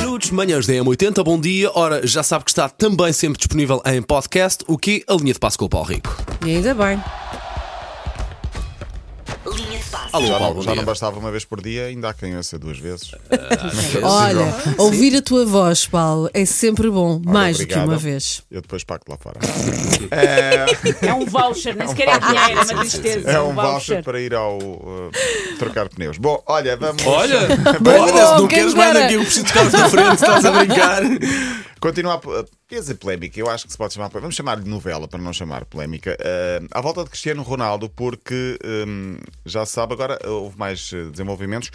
minutos, manhãs da M80, bom dia. Ora, já sabe que está também sempre disponível em podcast, o que a linha de passo com o Paulo Rico. E ainda bem. Linha de passe. Alô, Já, Paulo, não, bom já dia. não bastava uma vez por dia, ainda há quem ouça duas vezes. é Olha, ouvir a tua voz, Paulo, é sempre bom, mais do obrigado. que uma vez. Eu depois pago lá fora. É um voucher, nem sequer é dinheiro, é uma tristeza. É um voucher para ir ao uh, trocar pneus. Bom, olha, vamos. Olha, Boa, olha, se não quem queres mais dera. daqui, eu preciso de carros da frente, estás a brincar. Continuar. Quer dizer, polémica, eu acho que se pode chamar. polémica. Vamos chamar-lhe novela, para não chamar polémica. Eh, à volta de Cristiano Ronaldo, porque hum, já se sabe, agora eh, houve mais eh, desenvolvimentos.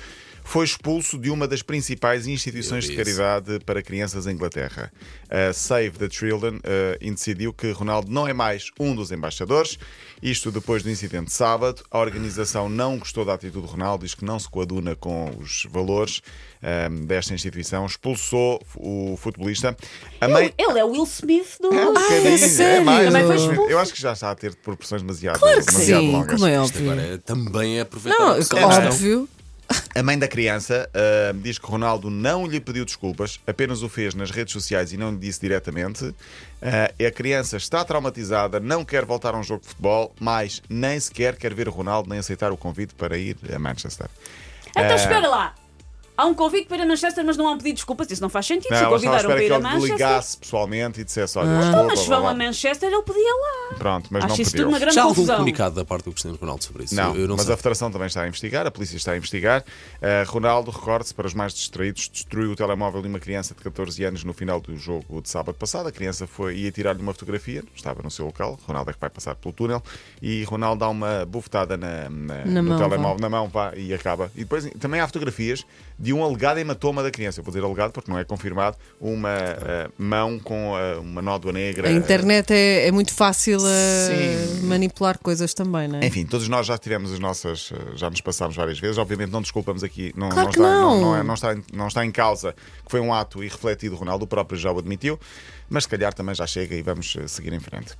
Foi expulso de uma das principais instituições Eu de vi isso. caridade para crianças em Inglaterra. A Save the Children eh, e decidiu que Ronaldo não é mais um dos embaixadores. Isto depois do incidente de sábado. A organização não gostou da atitude de Ronaldo, diz que não se coaduna com os valores eh, desta instituição. Expulsou o futebolista. A mãe- Ele é o Will Smith do. Ah, é um bocadinho, é sério? mais, Também foi mas expulso? Eu acho que já está a ter proporções demasiado, Claro que demasiado sim, longas. como é Isto agora óbvio. é- também é aproveitar. Não, a questão. óbvio. A mãe da criança ah, diz que Ronaldo não lhe pediu desculpas, apenas o fez nas redes sociais e não lhe disse diretamente. Ah, a criança está traumatizada, não quer voltar a um jogo de futebol, mas nem sequer quer ver o Ronaldo nem aceitar o convite para ir a Manchester. É. Então espera lá. Há um convite para ir a Manchester, mas não há um pedido de desculpas. Isso não faz sentido. Não, Se ela estava à convidaram espera que para ir a ele lhe Manchester. ligasse pessoalmente e dissesse: Olha, desculpa, Então, mas blá, vão blá. a Manchester, ele podia lá. Pronto, mas não Acho isso pediu. tudo uma grande é? Já há algum confusão. comunicado da parte do Cristiano Ronaldo sobre isso? Não, eu não mas sei. a Federação também está a investigar, a polícia está a investigar. Uh, Ronaldo, recorde-se, para os mais distraídos, destruiu o telemóvel de uma criança de 14 anos no final do jogo de sábado passado. A criança foi, ia tirar-lhe uma fotografia, estava no seu local. Ronaldo é que vai passar pelo túnel e Ronaldo dá uma bufetada na, na- Na no mão, telemóvel, na mão, vá, e acaba. E depois também há fotografias de um alegado hematoma da criança. Eu vou dizer alegado porque não é confirmado. Uma uh, mão com uh, uma nódoa negra. A internet é, é muito fácil a Sim. manipular coisas também, não é? Enfim, todos nós já tivemos as nossas, eh, já nos passámos várias vezes. Obviamente não desculpamos aqui, não, Claro não que está, não. não é- não está, em- não está em causa que foi um ato irrefletido, Ronaldo o próprio já o admitiu, mas se calhar também já chega e vamos eh, seguir em frente.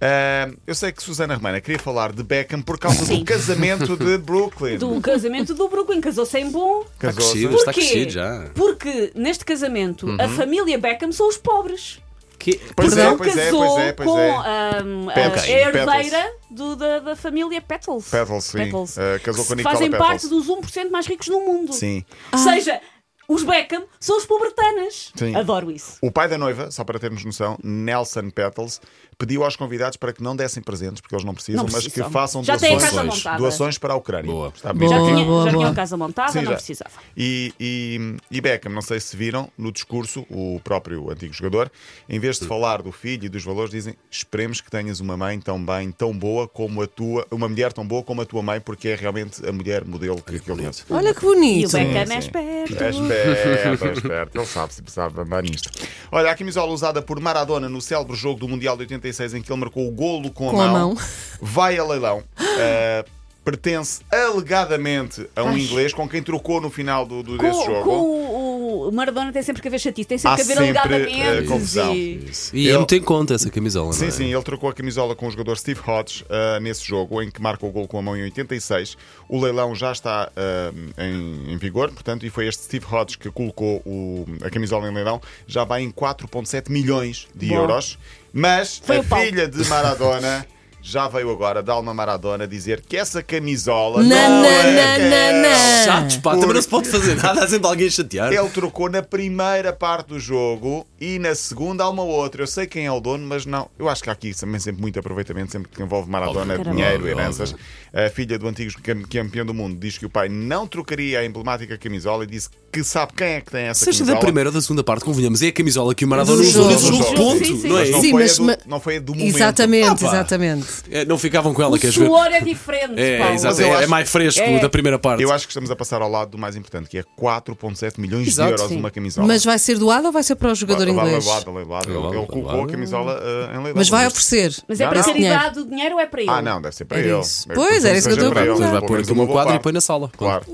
Ah, eu sei que Susana Romana queria falar de Beckham por causa do casamento de Brooklyn. Do casamento do Brooklyn, casou-se em bom. Está Casou-se. crescido, está crescido já. Porque neste casamento a Uhum. família Beckham são os pobres. Que... Pois Não é, pois é, casou pois é, pois com é. hum, Petals. a Ok. herdeira do- da, da família Petals. Petals, sim. Eh, casou que com se Nicola Fazem Petals. parte dos 1% mais ricos do mundo. Sim. Ou seja, os Beckham são os pobretanas. Sim. Adoro isso. O pai da noiva, só para termos noção, Nelson Petals, pediu aos convidados para que não dessem presentes, porque eles não precisam, Não mas precisam. que façam Já têm a doações, casa montada. doações para a Ucrânia. Boa. Está bem? já Boa, tinha, boa, já boa. tinha um casa montado, Sim, não já. precisava. E, e, e Beckham, não sei se viram, no discurso, o próprio antigo jogador, em vez de falar do filho e dos valores, dizem: esperemos que tenhas uma mãe tão bem, tão boa como a tua, uma mulher tão boa como a tua mãe, porque é realmente a mulher modelo que, é." que eu conheço. Olha que E o bonito. Beckham sim. é esperto. É esperto, é esperto. Ele sabe se precisava andar nisto. Olha, a camisola usada por Maradona no célebre jogo do Mundial de 86, em que ele marcou o golo com a, Com a mão. vai a leilão. Uh, pertence alegadamente a um inglês com quem trocou no final do, do- desse Com, jogo. é com o, o Maradona tem sempre que haver chatice, tem Há sempre que haver sempre, alegadamente. eh, confusão. e- E Eu- é muito em conta essa camisola, não Sim, é? sim, ele trocou a camisola com o jogador Steve Hodges ah, nesse jogo, em que marca o gol com a mão em 86. O leilão já está ah, em, em vigor, portanto, e foi este Steve Hodges que colocou o- a camisola em leilão. Já vai em 4,7 milhões de euros. Mas Foi a o Paulo. filha de Maradona. Já veio agora, Dalma Maradona, dizer que essa camisola Na, não, na, é na, na, dela. na. Chatos, pá, também não se pode fazer nada, há sempre alguém a chatear. Ele trocou na primeira parte do jogo e na segunda há uma outra. Eu sei quem é o dono, mas não. Eu acho que há aqui também sempre muito aproveitamento, sempre que envolve Maradona, Óbvio. dinheiro, Óbvio, heranças. A filha do antigo cam- campeão do mundo diz que o pai não trocaria a emblemática camisola e disse que sabe quem é que tem essa Seja camisola. da primeira ou da segunda parte, convenhamos, é a camisola que o Maradona Do usou jogo. nesse jogo, Do jogo, ponto, sim, sim. não é? Mas não, Sim, foi mas- a do, ma- não foi a do momento. Exatamente, Ah, pá. exatamente. É, Não ficavam com ela, O queres ver? suor é diferente, É, Paulo. exato, eu é, é acho- mais fresco é. da primeira parte. Eu acho que estamos a passar ao lado do mais importante, que é 4,7 milhões Exato, de euros sim. uma camisola. Mas vai ser doado ou vai ser para o jogador Lá- lá- lá- inglês? lá- lá- lá- lá- Ele Lá- lá- ele colocou lá- a camisola ah, em leilão. Mas vai oferecer. Mas é Não, para não. caridade, o dinheiro é para ele. Ah, não, deve ser para Era ele. isso. É, um Pois, Pois, era isso que eu Seja estou a para ele, Depois perguntar. vai pelo pôr menos aqui uma uma boa quadra e parte. põe na sala. Claro.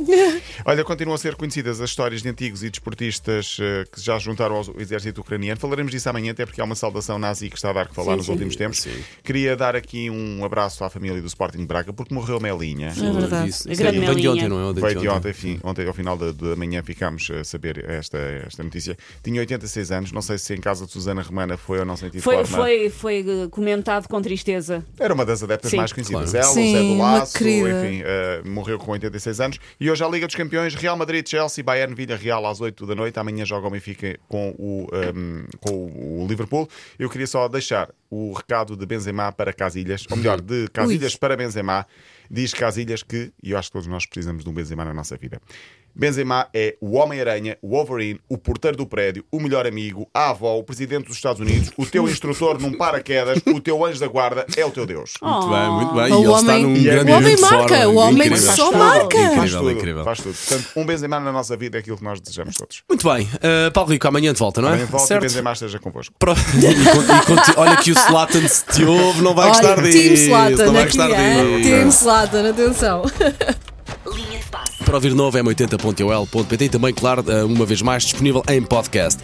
Olha, continuam a ser conhecidas as histórias de antigos e desportistas eh, que já se juntaram ao exército ucraniano. Falaremos disso amanhã, até porque há uma saudação nazi que está a dar que falar nos últimos tempos. Queria dar aqui um abraço à família do Sporting Braga, porque morreu Melinha. É verdade. Isso, A isso grande é- Veio de melinha. ontem, não é? Ou Veio desde de ontem, enfim, ontem ao final da, da manhã ficámos a saber esta, esta notícia. Tinha 86 anos, não sei se em casa de Susana Romana foi ou não senti Foi, forma. foi, foi eh, comentado com tristeza. Era uma das adeptas Sim. mais conhecidas. Claro. Ela, Sim, o Zé do uma Laço, querida. enfim, eh, morreu com 86 anos. E hoje a Liga dos Campeões, Real Madrid, Chelsea, Bayern, Vila Real às 8 da noite. Amanhã joga o Benfica com o, ehm, com o Liverpool. Eu queria só deixar o recado de Benzema para Casilhas, ou melhor, de Casilhas para Benzema. Diz Casilhas que, e eu acho que todos nós precisamos de um Benzema na nossa vida. Benzema é o Homem-Aranha, o Wolverine, o porteiro do prédio, o melhor amigo, a avó, o presidente dos Estados Unidos, o teu instrutor num paraquedas, o teu anjo da guarda, é o teu Deus. Oh. Muito bem, muito bem. O e ele está homem- num o grande homem momento de marca, forma. o homem Incrível. só marca. Faz Incrível, tudo, incrível. Faz tudo. Portanto, um Benzema na nossa vida é aquilo que nós desejamos todos. Muito bem. Uh, Paulo Rico, amanhã de volta, não é? Bem, volta e certo. Benzema esteja convosco. Pro- e con- e conti- Olha que o Slatan se te ouve, não vai gostar Olha, disso. Team Slatan não vai aqui, gostar hein? disso. Team Slatan, atenção. Linha de passe. eh, Para ouvir novo é 80.ol.pt e também, claro, uma vez mais disponível em podcast.